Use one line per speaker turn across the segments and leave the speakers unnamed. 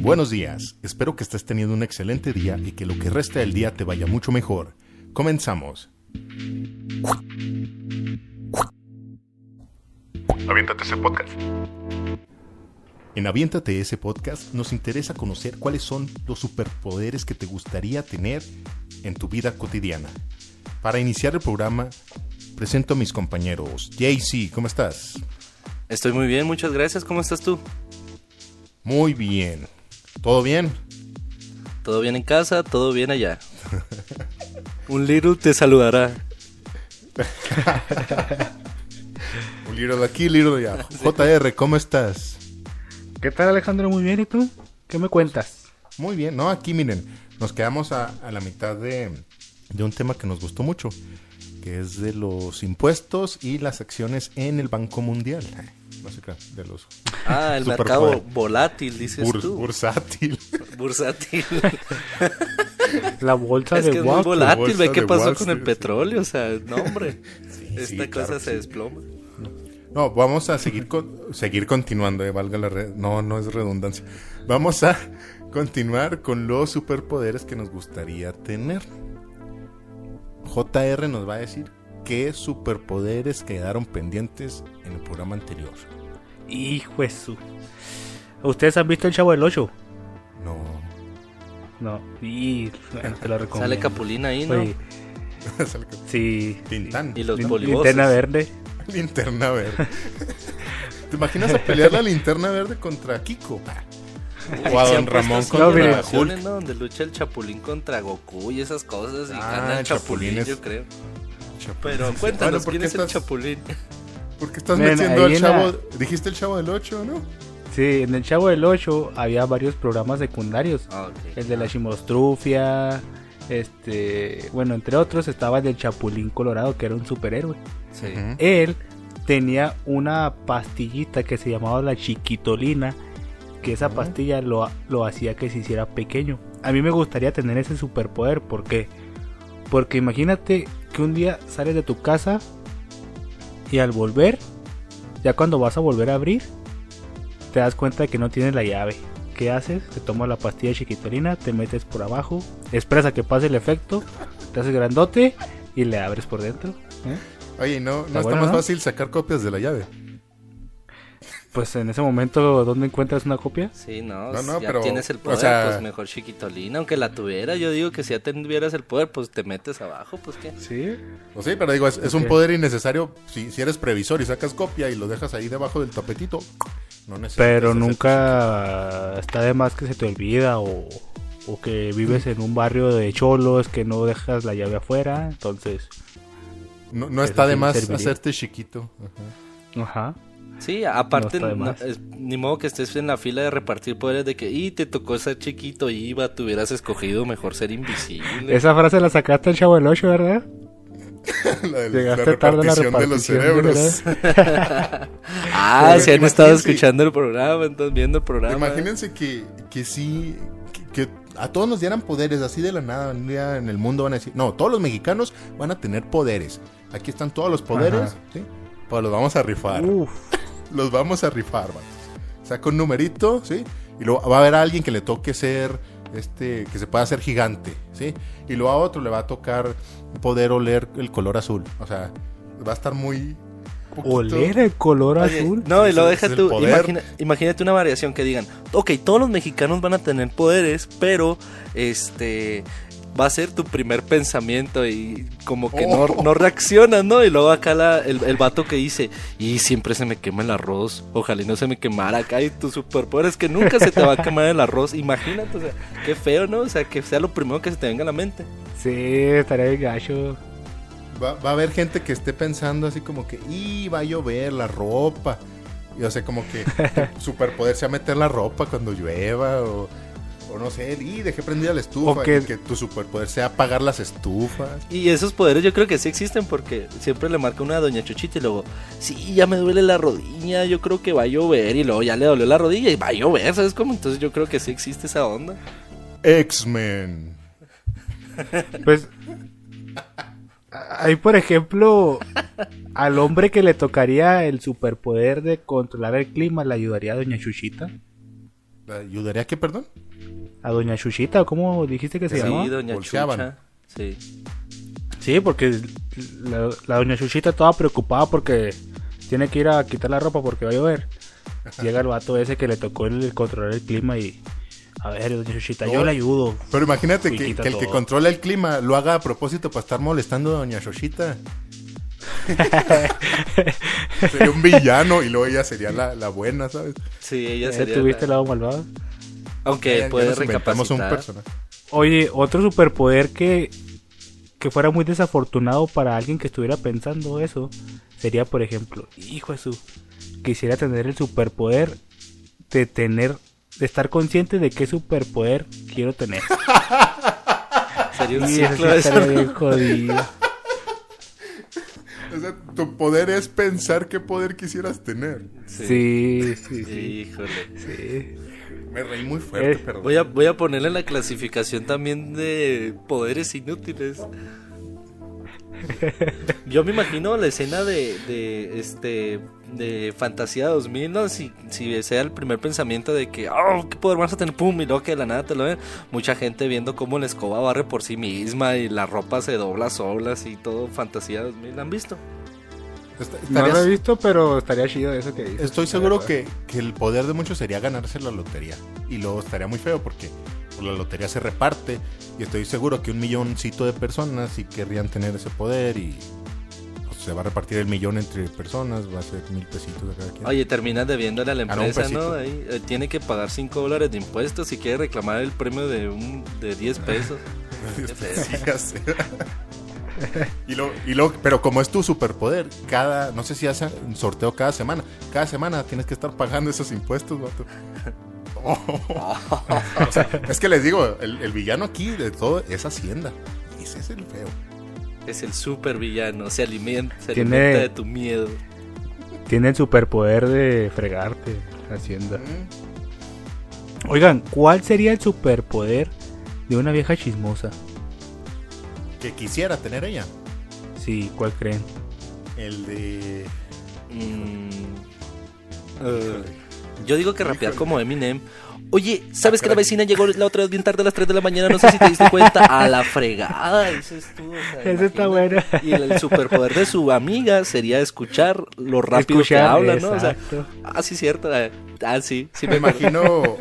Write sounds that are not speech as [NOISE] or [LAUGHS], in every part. Buenos días, espero que estés teniendo un excelente día y que lo que resta del día te vaya mucho mejor. Comenzamos.
Aviéntate ese podcast.
En Aviéntate ese podcast nos interesa conocer cuáles son los superpoderes que te gustaría tener en tu vida cotidiana. Para iniciar el programa, presento a mis compañeros. JC, ¿cómo estás?
Estoy muy bien, muchas gracias. ¿Cómo estás tú?
Muy bien. ¿Todo bien?
¿Todo bien en casa? ¿Todo
[LAUGHS]
bien allá? Un Little te saludará.
Un libro de aquí, libro de [LAUGHS] allá. JR, ¿cómo estás?
¿Qué tal Alejandro? Muy bien, ¿y tú? ¿Qué me cuentas?
Muy bien, no, aquí miren, nos quedamos a, a la mitad de, de un tema que nos gustó mucho, que es de los impuestos y las acciones en el Banco Mundial. No sé qué, de los
Ah, el
Superpoder.
mercado volátil, dices
burs-
tú.
bursátil.
Bursátil.
La
[LAUGHS]
bolsa
es
de
que es muy
Wall Street.
volátil, ve
Bolsa
qué
de
pasó
Wall
con
Street,
el
sí.
petróleo, o sea, no hombre. Esta
[LAUGHS] sí,
cosa
claro que
se desploma.
No, vamos a seguir con, seguir continuando, eh, valga la red. No, no es redundancia. Vamos a continuar con los superpoderes que nos gustaría tener. JR nos va a decir qué superpoderes quedaron pendientes en el programa anterior.
Hijo de su. ¿Ustedes han visto el Chavo del 8?
No.
No. Y bueno, te lo recomiendo.
Sale Capulina ahí, ¿no?
Oye,
Es el que-
sí.
Tintán.
Y los
Lin-
polivoces.
Linterna verde.
[LAUGHS] Linterna
[LAUGHS]
verde. ¿Te imaginas a pelear la linterna verde contra Kiko? pues, O [LAUGHS] a
Sí,
Don
han puesto
Ramón
así
contra
No, mira.
grabaciones,
Hulk.
¿no? Donde lucha el Chapulín contra Goku y esas cosas. Y
Ah,
gana el
el
Chapulín,
Chapulín es-
yo creo.
Chapulín.
Pero
Bueno,
cuéntanos,
¿por
¿quién
qué
es el
estás-
Chapulín?
Porque estás
Miren,
metiendo al
ahí en
chavo. Dijiste el chavo del 8, ¿no?
Sí, en el Chavo del 8 había varios programas secundarios.
Ah, ok.
El de la chimostrufia. Este. Bueno, entre otros estaba el del Chapulín Colorado, que era un superhéroe.
Sí.
Ujú.
él tenía una pastillita que se llamaba la chiquitolina, que esa
Ujú.
pastilla lo, lo hacía que se hiciera pequeño. A mí me gustaría tener ese superpoder, ¿por qué? Porque imagínate que un día sales de tu casa y al volver, ya cuando vas a volver a abrir, te das cuenta de que no tienes la llave. ¿Qué haces? Te tomas la pastilla de chiquitolina, te metes por abajo, esperas a que pase el efecto, te haces grandote y le abres por dentro.
Oye, ¿no, no
Está
está
bueno,
más
¿no?
fácil sacar copias de la llave?
Pues en ese momento, ¿dónde encuentras una copia?
Sí, no,
No,
si
no,
ya
pero,
tienes el
o
poder,
sea-
pues mejor chiquitolina, aunque la tuviera, yo digo que si ya tuvieras el poder, pues te metes abajo, pues qué.
Sí.
O sí, pero digo, es, es un
Ok.
poder innecesario. Si, si eres previsor y sacas copia y lo dejas ahí debajo del tapetito, no necesitas.
Pero
hacer-
nunca está de más que se te olvida o, o que vives en un barrio de cholos que no dejas la llave afuera. Entonces,
No, no
eso
está
sí
de
me
más
serviría.
hacerte chiquito. Ajá. [LAUGHS]
ajá.
Sí, aparte,
No está de
no-
más.
es- ni modo que estés en la fila de repartir poderes de que, y te tocó ser chiquito, iba, te hubieras escogido mejor ser invisible.
Esa frase la sacaste al Chavo del Ocho, ¿verdad?
La, del-
Llegaste tarde a la repartición
de los cerebros.
Ah,
Pero
si han
imagínense-
estado escuchando el programa, entonces viendo el programa.
Imagínense que, que sí, que, que a todos nos dieran poderes, así de la nada, un día en el mundo van a decir, no, todos los mexicanos van a tener poderes. Aquí están todos los poderes,
Ajá. Uh.
¿sí? Pues los vamos a rifar,
Uf,
los vamos a rifar, vatos. Saca un numerito, ¿sí? Y luego va a haber alguien que le toque ser, este, que se pueda hacer gigante, ¿sí? Y luego a otro le va a tocar poder oler el color azul, o sea, va a estar muy... poquito-
oler el color
Oye,
azul.
No, y lo
Ese
deja
es el
tú.
poder.
imagina- imagínate una variación que digan, ok, todos los mexicanos van a tener poderes, pero este va a ser tu primer pensamiento y como que no,
Oh.
no reaccionas, ¿no? Y luego acá la- el, el vato que dice, y siempre se me quema el arroz, ojalá y no se me quemara acá y tu superpoder es que nunca se te va a quemar el arroz, imagínate, o sea, qué feo, ¿no? O sea, que sea lo primero que se te venga a la mente.
Sí, estaría el gacho.
Va, va a haber gente que esté pensando así como que, y va a llover la ropa. Y o sea, como que tu superpoder sea meter la ropa cuando llueva o, o no sé, y dejé prendida la estufa.
O que-
y que tu superpoder sea apagar las estufas.
Y esos poderes yo creo que sí existen porque siempre le marca una a doña Chuchita y luego, sí, ya me duele la rodilla, yo creo que va a llover y luego ya le dolió la rodilla y va a llover, ¿sabes cómo? Entonces yo creo que sí existe esa onda.
X-Men.
Pues hay por ejemplo al hombre que le tocaría el superpoder de controlar el clima le ayudaría a Doña Chuchita.
¿Ayudaría a qué, perdón?
A Doña Chuchita, ¿o ¿cómo dijiste que se
Sí,
llamaba?
Sí, doña
Bolseaban.
Chucha. Sí.
Sí, porque la, la doña Chuchita estaba preocupada porque tiene que ir a quitar la ropa porque va a llover. Llega el vato ese que le tocó el, controlar el clima y... A ver, doña Chuchita, yo
No.
le ayudo.
Pero imagínate
Uy,
que,
quita
que el que
todo.
controla el clima lo haga a propósito para estar molestando a Doña Shoshita. sería un villano y luego ella sería la, la buena, ¿sabes?
Sí,
¿Eh?
ella sería.
¿Tuviste el
la-
lado malvado?
Ya-
Aunque
ya
puede
nos inventamos un
recapacitar.
personaje.
Oye, otro superpoder que, que fuera muy desafortunado para alguien que estuviera pensando eso sería, por ejemplo, hijo de su, quisiera tener el superpoder de tener, de estar consciente de qué superpoder quiero tener.
Sería un
Y eso
ciclo
sí
de
estaría
eso.
bien jodido.
O sea, tu poder es pensar qué poder quisieras tener.
Sí, sí, sí.
Híjole.
sí.
Me reí muy fuerte,
Eh,
perdón.
Voy a, voy a ponerle la clasificación también de poderes inútiles. Yo me imagino la escena de, de este de Fantasía 2000, ¿no? Si, si sea el primer pensamiento de que, oh, qué poder vas a tener, pum, y luego que de la nada te lo ven. Mucha gente viendo cómo la escoba barre por sí misma y la ropa se dobla sola, así todo Fantasía 2000. ¿La han visto?
Est-
No Ah,
estarías-
lo he visto, pero estaría chido eso que dices.
Estoy
la
seguro
verdad.
que, que el poder de muchos sería ganarse la lotería. Y luego estaría muy feo porque pues, la lotería se reparte. Y estoy seguro que un milloncito de personas sí querrían tener ese poder. Y pues, se va a repartir el millón entre personas. Va a ser mil pesitos de cada quien.
Oye, terminas debiéndole a la
Ah, no, un
empresa,
pesito.
¿no? Ahí, eh, tiene que pagar 5 dólares de impuestos si quiere reclamar el premio de un de
[LAUGHS]
10 pesos.
Sí, [LAUGHS] ya sé. y luego, y luego- pero como es tu superpoder, cada, no sé si hacen un sorteo cada semana. Cada semana tienes que estar pagando esos impuestos, vato. [LAUGHS] Oh. O sea, es que les digo, el, el villano aquí de todo es Hacienda. Ese es el feo.
es el super villano, se alimenta, se
Tiene-
alimenta de tu miedo.
Tiene el superpoder de fregarte, Hacienda.
Mm.
Oigan, ¿cuál sería el superpoder de una vieja chismosa?
Que quisiera tener ella.
Sí, ¿cuál creen?
El de.
Mm, eh, yo digo que rapear como Eminem. Oye, ¿sabes que la vecina llegó la otra vez bien tarde a las 3 de la mañana? No sé si te diste cuenta. A la fregada, dices tú. o sea,
Ese está
imagínate.
bueno.
Y el, el superpoder de su amiga sería escuchar lo rápido que habla, ¿no? O sea,
exacto.
Ah, sí, cierto. eh. Ah, sí, sí
[LAUGHS]
Me
me imagino.
imagino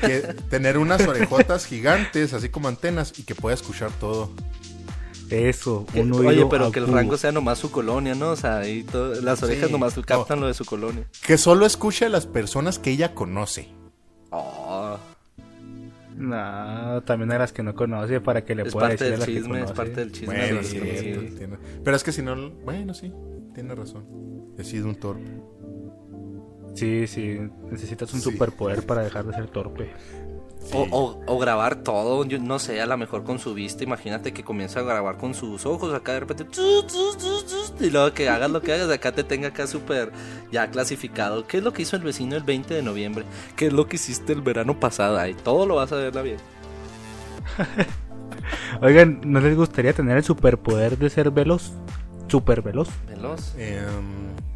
que tener unas orejotas gigantes, así como antenas, y que pueda escuchar todo.
Eso,
Que-
un oído
Oye, pero que el
agudo.
rango sea nomás su colonia, ¿no? O sea, ahí todo- las orejas
Sí,
nomás
no.
Oh.
captan lo de su colonia.
Que solo escuche a las personas que ella conoce.
Oh,
No, también a las que no conoce para que le
es
pueda
parte
decir a
del
las que
chisme, es
conoce.
parte del chisme.
Bueno,
de-
sí,
sí.
tiene- tiene- Pero es que si no. Bueno, sí, tiene razón. He sido un torpe.
Sí, sí, necesitas un
Sí.
superpoder para dejar de ser torpe.
O, o- o grabar todo, yo no sé, a lo mejor con su vista. Imagínate que comienza a grabar con sus ojos acá de repente. chu, chu, chu, chu, Y luego que hagas lo que hagas, acá te tenga acá súper ya clasificado. ¿Qué es lo que hizo el vecino el 20 de noviembre? ¿Qué es lo que hiciste el verano pasado? Ahí todo lo vas a ver la vida.
Oigan, ¿no les gustaría tener el superpoder de ser veloz? Super veloz,
Veloz.
Em,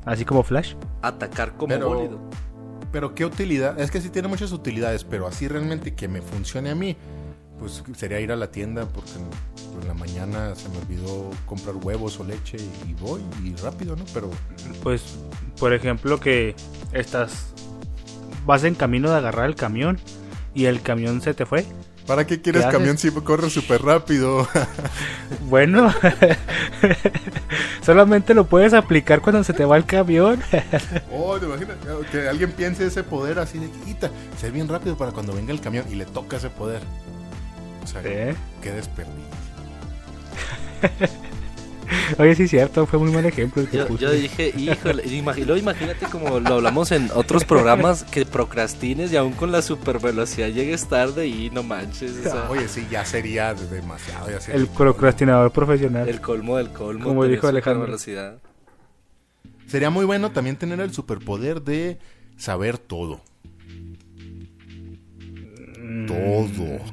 así como Flash.
Atacar como
Pero-
bólido.
pero qué utilidad. Es que sí tiene muchas utilidades, pero así realmente que me funcione a mí, pues sería ir a la tienda porque en, en la mañana se me olvidó comprar huevos o leche y voy y rápido, ¿no? Pero
Pues, por ejemplo, que estás. Vas en camino de agarrar el camión y el camión se te fue.
¿para qué quieres
¿Qué haces?
camión si corre súper
[LAUGHS]
rápido?
Bueno, [LAUGHS] solamente lo puedes aplicar cuando se te va el camión.
Oh, te imaginas que alguien piense ese poder así de quita, ser bien rápido para cuando venga el camión y le toca ese poder. O sea,
¿Eh?
qué desperdicio.
Oye, sí, cierto, fue muy mal ejemplo el que
Yo,
puse.
yo dije, híjole, y imagi- luego imagínate como lo hablamos en otros programas, que procrastines y aún con la super velocidad llegues tarde y no manches, o sea,
Oye, sí, ya sería de- demasiado. Ya sería,
El procrastinador profesional.
el colmo del colmo.
Como
tener
dijo Alejandro.
supervelocidad.
Sería muy bueno también tener el superpoder de saber todo.
Mm,
Todo.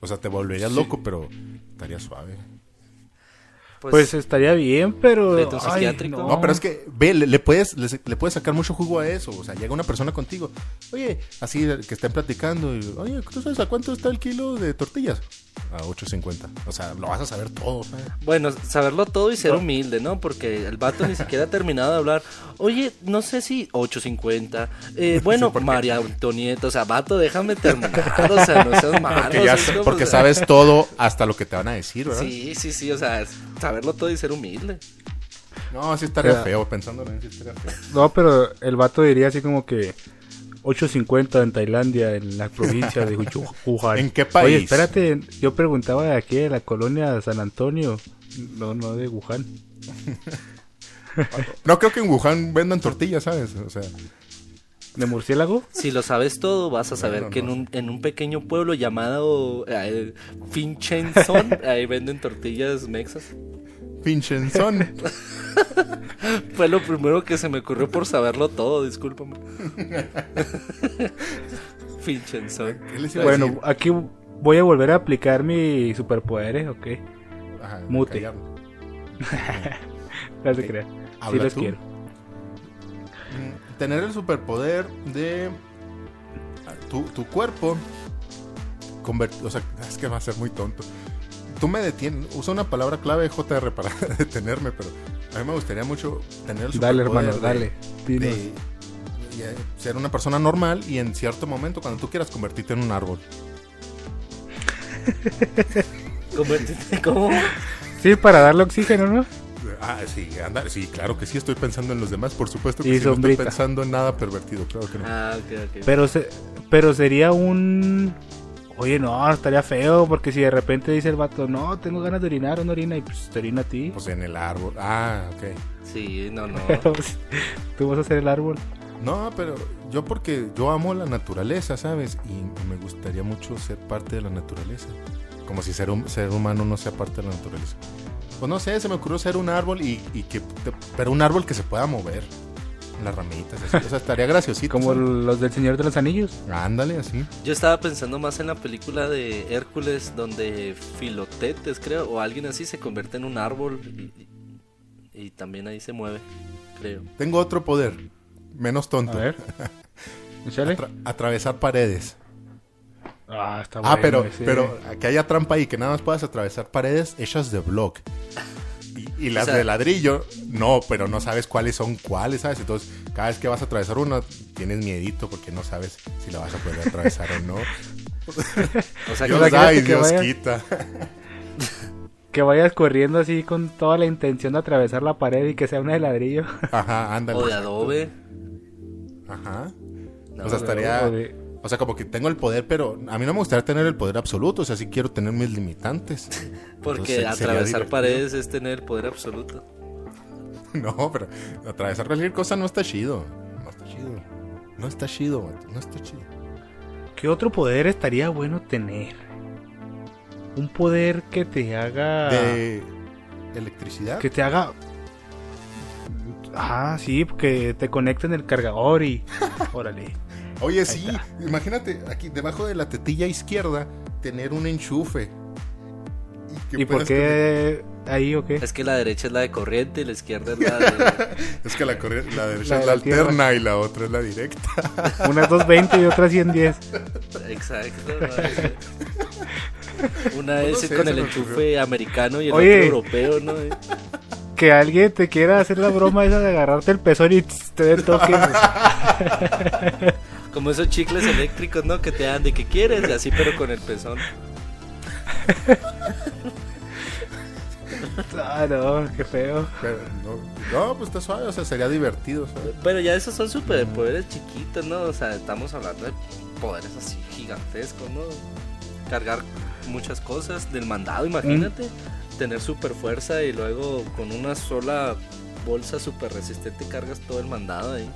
O sea, te volverías loco, pero estaría suave.
Pues, estaría bien, pero.
Dentro psiquiátrico.
No, pero es que, ve, le, le puedes, le, le puedes sacar mucho jugo a eso. O sea, llega una persona contigo, oye, así que estén platicando, y, oye, ¿tú sabes a cuánto está el kilo de tortillas? A 8.50. O sea, lo vas a saber todo. o sea.
Bueno, saberlo todo y ser humilde, ¿no? Porque el vato ni siquiera ha terminado de hablar. Oye, no sé si 850.
[LAUGHS]
Eh, bueno, María Antonieta, o sea, vato, déjame terminar. O sea, no seas
[LAUGHS]
malo.
Porque, ya-
o sea, es como,
porque
o sea,
sabes todo hasta lo que te van a decir, ¿verdad?
Sí, sí, sí, o sea, saberlo todo y ser humilde.
No, sí estaría
Ya.
feo, pensándolo en sí estaría feo.
No, pero el vato diría así como que 8.50 en Tailandia, en la provincia de Juju-
[LAUGHS]
Wuhan.
¿En qué
Oye,
país?
espérate, yo preguntaba de aquí, de la colonia San Antonio. No, no, de Wuhan.
No creo que en Wuhan vendan tortillas, ¿sabes? O sea,
¿De murciélago?
Si lo sabes todo, vas a saber
Bueno,
que
no.
en, un, en un pequeño pueblo llamado eh,
[LAUGHS]
Finchenzón, ahí venden tortillas mexas.
pinchen
[LAUGHS]
son.
Fue lo primero que se me ocurrió por saberlo todo,
[LAUGHS]
discúlpame. Finchenzón.
¿Qué les iba a
Bueno,
decir?
aquí voy a volver a aplicar mis superpoderes, ok.
Ajá, de
mute.
callarlo.
No se crean. Sí
Habla
los
tú.
quiero.
Mm, Tener el superpoder de ah, tu, tu cuerpo. convert- o sea, es que va a ser muy tonto. Tú me detienes. Usa una palabra clave JR para [LAUGHS] detenerme, pero a mí me gustaría mucho tener el
Dale,
superpoder.
hermano,
de-
dale.
de-
Dinos.
de ser una persona normal y en cierto momento, cuando tú quieras, convertirte en un árbol.
Convertite- [LAUGHS] ¿Cómo?
Sí, para darle oxígeno, ¿no?
Ah, sí, anda, sí, claro que sí, estoy pensando en los demás, por supuesto que
Y
sí, no estoy
sombrita.
pensando en nada pervertido, claro que no.
Ah, ok, ok.
Pero, se, pero sería un... Oye, no, estaría feo, porque si de repente dice el vato, no, tengo ganas de orinar, una orina, y pues te orina a ti. [LAUGHS]
Pues en el árbol, ah, ok.
Sí, no, no.
Tú vas a ser el árbol.
No, pero yo porque yo amo la naturaleza, ¿sabes? Y me gustaría mucho ser parte de la naturaleza. Como si ser, hum- ser humano no sea parte de la naturaleza. Pues no sé, se me ocurrió ser un árbol y, y que... te- pero un árbol que se pueda mover. Las ramitas, así. O sea, estaría graciosito.
Como
¿sabes?
los del Señor de los Anillos.
Ándale, así.
Yo estaba pensando más en la película de Hércules donde Filotetes, creo, o alguien así se convierte en un árbol y, y también ahí se mueve, creo.
Tengo otro poder, menos
A
tonto. [LAUGHS]
ver. Échale.
Atra- atravesar paredes.
Ah, está
Ah,
bueno
pero,
ese.
pero que haya trampa ahí, que nada más puedas atravesar paredes hechas de block. Y, y las
O sea-
de ladrillo, no, pero no sabes cuáles son cuáles, ¿sabes? Entonces, cada vez que vas a atravesar una, tienes miedito porque no sabes si la vas a poder atravesar o
[LAUGHS]
no.
O sea,
Yo
Dios,
que,
la- imagínate
ay,
que
Dios
vaya-
quita. [LAUGHS]
Que vayas corriendo así con toda la intención de atravesar la pared y que sea una de ladrillo.
Ajá, ándale.
o de adobe.
Ajá.
No,
o sea,
no.
estaría...
O de-
O sea, como que tengo el poder, pero a mí no me gustaría tener el poder absoluto, o sea, sí quiero tener mis limitantes. Entonces,
Porque
sería
atravesar
divertido.
paredes es tener el poder absoluto.
[LAUGHS] No, pero atravesar cualquier cosa no está chido. No está chido. No está chido, vato, no está chido.
¿Qué otro poder estaría bueno tener? Un poder que te haga...
de electricidad.
Que te haga... Ah, sí, que te conecten el
[LAUGHS]
cargador y... Órale.
Oye, sí, imagínate aquí debajo de la tetilla izquierda tener un enchufe. que
¿Y por
puedas tener-
qué ahí o qué?
[LAUGHS]
Es que la derecha es la de corriente y la izquierda es la de...
Es que la, corri- la derecha es
La de
la
la tierra.
alterna y la otra es la directa.
Una es 220 y otra 110.
Exacto. no, ese- Una
No
es
sé,
con
se
el
me ocurrió.
enchufe americano y el
Oye.
otro europeo, ¿no?
Que alguien te quiera hacer la broma esa de agarrarte el pezón y tss, te den
[LAUGHS]
toques.
Como esos chicles eléctricos, ¿no? Que te dan de que quieres, y así, pero con el pezón.
Ah, no, qué feo.
Pero no, no, pues está suave, o sea, sería divertido. ¿sabes?
Pero ya esos son superpoderes chiquitos, ¿no? O sea, estamos hablando de poderes así gigantescos, ¿no? Cargar muchas cosas del mandado, imagínate.
Mm.
Tener super fuerza y luego con una sola bolsa super resistente cargas todo el mandado ahí.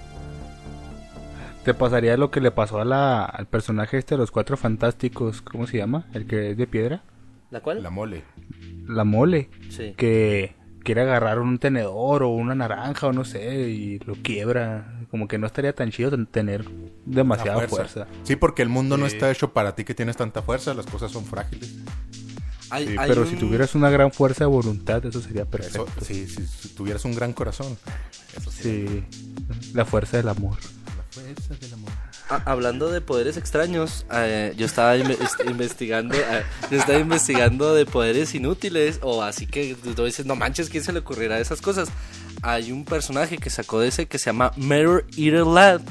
Te pasaría lo que le pasó a la, al personaje este de los cuatro fantásticos. ¿Cómo se llama? El que es de piedra.
¿La cual?
La mole.
La mole.
Sí.
Que quiere agarrar un tenedor o una naranja o no sé. Y lo quiebra. Como que no estaría tan chido ten- tener demasiada
La
fuerza.
Sí, porque el mundo no
Sí.
está hecho para ti que tienes tanta fuerza, las cosas son frágiles.
Hay-
Sí,
hay
Pero
un-
si tuvieras una gran fuerza de voluntad, eso sería
Eso,
perfecto.
sí, si tuvieras un gran corazón. Eso sí.
Sí. La fuerza del amor.
La fuerza del amor.
Ah, hablando de poderes extraños, eh, yo estaba inve- est- investigando, eh, yo estaba investigando de poderes inútiles o así que tú dices, no manches, ¿quién se le ocurrirá esas cosas? Hay un personaje que sacó de ese que se llama Mirror Eater Lad,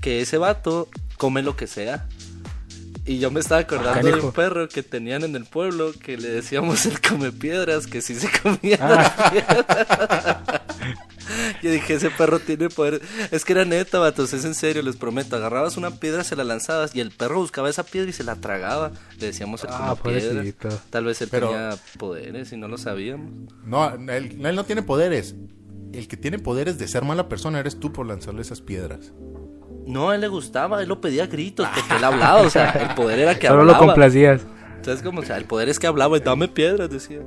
que ese vato come lo que sea. Y yo me estaba acordando de
Canijo.
un perro que tenían en el pueblo que le decíamos el come piedras, que sí se comía las piedras. Yo dije, ese perro tiene poder. Es que era neta, vatos, es en serio, les prometo. Agarrabas una piedra, se la lanzabas y el perro buscaba esa piedra y se la tragaba. Le decíamos el
Ah,
come piedras.
pobrecito.
Tal vez él
Pero-
tenía poderes y no lo sabíamos.
No, él, él no tiene poderes. El que tiene poderes de ser mala persona eres tú por lanzarle esas piedras.
No, a él le gustaba, él lo pedía a gritos porque él
[LAUGHS]
hablaba, o sea, el poder era que
Solo lo
hablaba.
complacías. [LAUGHS]
Entonces, como, o sea, el poder es que hablaba y dame piedras, decía.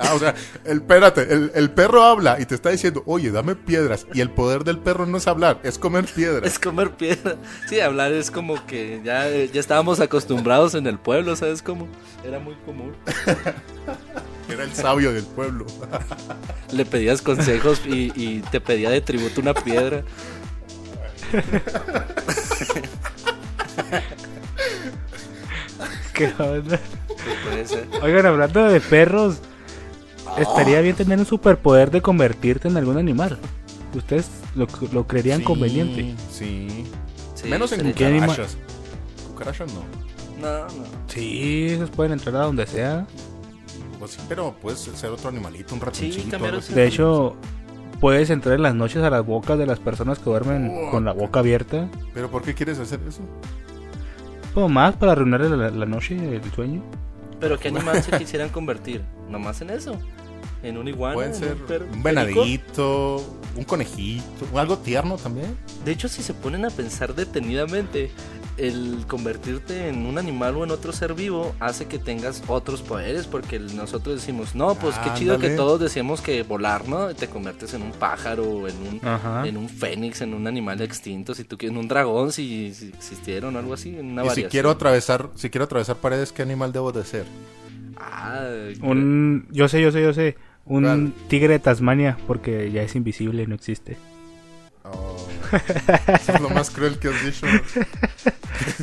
Ah, o sea, el, espérate, el, el perro habla y te está diciendo, oye, dame piedras. Y el poder del perro no es hablar, es comer piedras.
[LAUGHS] Es comer piedra. Sí, hablar es como que ya, ya estábamos acostumbrados en el pueblo, ¿sabes cómo? Era muy común.
Era el sabio del pueblo.
Le pedías consejos y, y te pedía de tributo una piedra.
¿Qué onda?
Pues puede ser.
Oigan, hablando de perros, estaría bien tener un superpoder de convertirte en algún animal. ¿Ustedes lo, lo creerían
Sí,
conveniente?
Sí.
Sí,
Menos en
sería-
¿Qué anima-
cucarachas. Cucarachas no.
No, no.
Sí, ellos pueden entrar a donde sea.
Pues sí, pero puedes ser otro animalito, un ratoncito.
cambiar
algo
un-
así.
De hecho, puedes entrar en las noches a las bocas de las personas que duermen con la boca abierta.
pero ¿por qué quieres hacer eso?
O más para arruinar la, la noche, el sueño.
Pero ¿qué animal [LAUGHS] se quisieran convertir? Nomás en eso. En un iguana.
Pueden
en
ser
un perro.
un venadito, un conejito, algo tierno también.
De hecho, si se ponen a pensar detenidamente, el convertirte en un animal o en otro ser vivo hace que tengas otros poderes, porque el- nosotros decimos, no, pues qué chido que
Ándale.
todos decíamos que volar, ¿no? Y Te conviertes en un pájaro, en un,
Ajá.
en un fénix, en un animal extinto, si tú quieres, en un dragón, si, si existieron o algo así, en una
y si
variación.
quiero atravesar, si quiero atravesar paredes, ¿qué animal debo de ser?
Ah,
Un, yo sé, yo sé, yo sé. Un
Claro.
tigre de Tasmania, porque ya es invisible, no
[LAUGHS]
existe.
Oh, eso es lo más cruel que has dicho.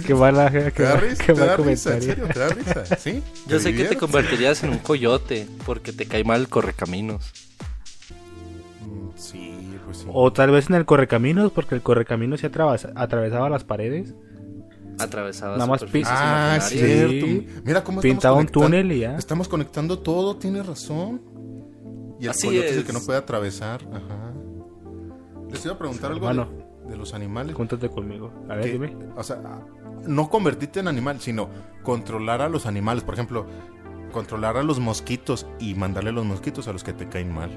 Qué mala, [LAUGHS] qué,
Te da
mal-
risa,
qué
te
mal
da risa, en
comentario.
serio, te da risa, ¿sí?
yo sé que te
diviertes?
convertirías en un coyote, porque te cae mal el correcaminos.
Mm, Sí, pues sí.
O tal vez en el correcaminos, porque el correcaminos se atravesa- atravesaba las paredes.
Atravesaba
Nada más
superficies
ah,
imaginarias.
cierto.
Sí.
Mira cómo estamos
Pintaba un
conectando-
túnel y ya.
Estamos conectando todo, tienes razón. Y el
Así
coyote es. el
es.
que no puede atravesar. Ajá. Les iba a preguntar algo
Hermano.
de, de los animales.
Júntate conmigo. A ver,
que-
dime.
O sea, no convertirte en animal, sino controlar a los animales. Por ejemplo, controlar a los mosquitos y mandarle los mosquitos a los que te caen mal.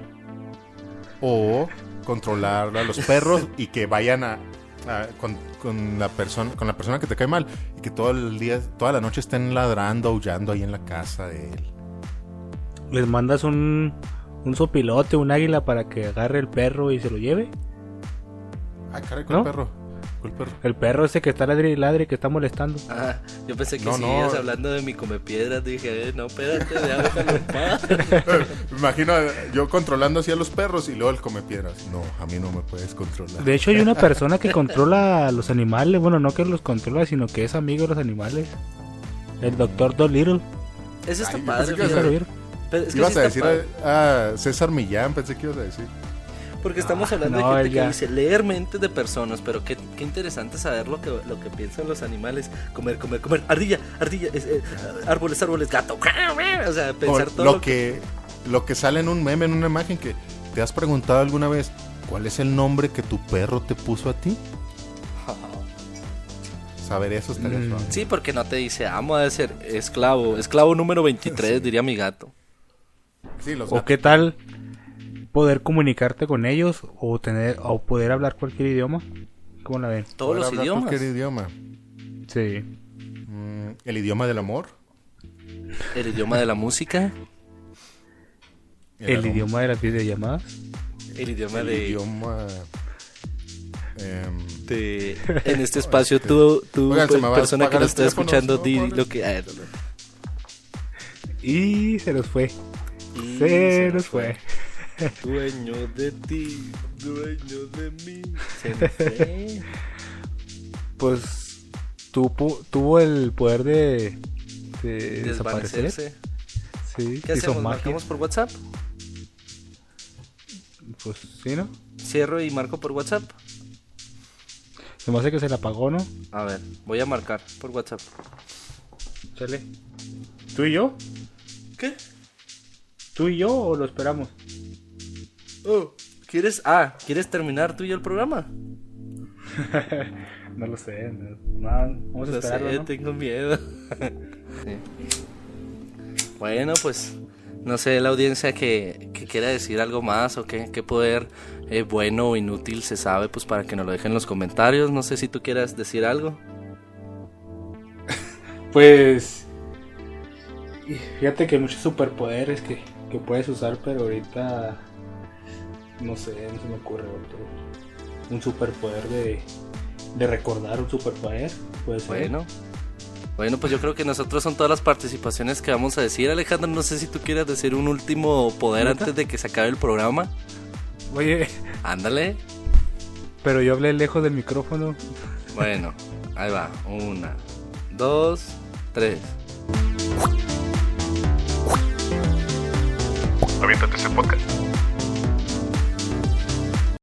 O controlar a los
[LAUGHS]
perros y que vayan a, a- con, con la persona con la persona que te cae mal y que todo el día, toda la noche estén ladrando, aullando ahí en la casa de él.
Les mandas un, un sopilote, un águila para que agarre el perro y se lo lleve.
Ah, caray, ¿cuál
¿No?
perro? ¿Cuál perro?
El perro ese que está ladre y ladre que está molestando.
Ah, yo pensé que
No, no.
seguías hablando de mi come piedras, dije, eh, no, espérate, déjame en
[LAUGHS]
paz.
[LAUGHS] Me imagino yo controlando así a los perros y luego él come piedras. No, a mí no me puedes controlar.
De hecho, hay una persona que controla a los animales. Bueno, no que los controla, sino que es amigo de los animales. El doctor Dolittle.
Eso está
Ay, yo
padre,
pensé que ibas a
¿Nunca lo
fíjate.
vieron?
Pero es que
ibas
sí
a
está
decir
padre,
a, a César Millán, pensé que ibas a decir.
Porque estamos
Ah,
hablando
no,
de
él
gente que
ya.
dice leer mentes de personas, pero qué, qué interesante saber lo que, lo que piensan los animales. Comer, comer, comer. Ardilla, ardilla, es- eh, árboles, árboles, gato. [LAUGHS] O sea, pensar
O
todo.
lo
lo que-
que lo que sale en un meme, en una imagen que te has preguntado alguna vez, ¿cuál es el nombre que tu perro te puso a ti? Saber eso estaría
Mm.
suave.
Sí, porque no te dice amo de ser esclavo. Esclavo número 23, diría mi gato.
Sí, los
¿O
gatos.
qué tal poder comunicarte con ellos o tener o poder hablar cualquier idioma? ¿Cómo la ven?
Todos
Poder
los
hablar
idiomas.
cualquier idioma.
Sí.
Mm, el idioma del amor.
El idioma de la música.
El, idioma de las videollamadas.
El idioma
El
de...
idioma. em,
Este, en este espacio tú, tú
Oigan, se me va a
persona que
apagar
nos
el
está
teléfono,
escuchando,
¿no?
di
Pobres.
lo que... a ver,
Y se nos fue.
Y
Se nos fue.
Dueño de ti, dueño de mí. Se
[LAUGHS]
nos fue.
Pues tuvo, tuvo el poder de, de desaparecer.
Desvanecerse.
Sí,
¿Qué
hizo
hacemos?
magia.
¿Marcamos por WhatsApp?
Pues sí, ¿no?
Cierro y marco por WhatsApp.
Se me hace que se la apagó, ¿no?
A ver, voy a marcar por WhatsApp.
Chale. ¿Tú y yo?
¿Qué?
¿Tú y yo o lo esperamos?
Oh, ¿quieres? Ah, ¿quieres terminar tú y yo el programa?
No lo sé. No, no, vamos a
No
esperarlo,
sé,
¿no?
tengo
[LAUGHS]
miedo. Sí. Bueno, pues no sé la audiencia que, que quiera decir algo más o qué, qué poder eh, bueno o inútil se sabe, pues para que nos lo dejen en los comentarios. No sé si tú quieras decir algo.
Pues. y Fíjate que hay muchos superpoderes que, que puedes usar, pero ahorita. No sé, no se me ocurre otro. Un superpoder de. De recordar un superpoder. Puede ser.
Bueno. Bueno, pues yo creo que nosotros son todas las participaciones que vamos a decir. Alejandro, no sé si tú quieras decir un último poder
¿Neta?
antes de que se acabe el programa.
Oye,
Ándale.
pero yo hablé lejos del micrófono.
Bueno, ahí va. Una, dos, tres.
Aviéntate ese podcast.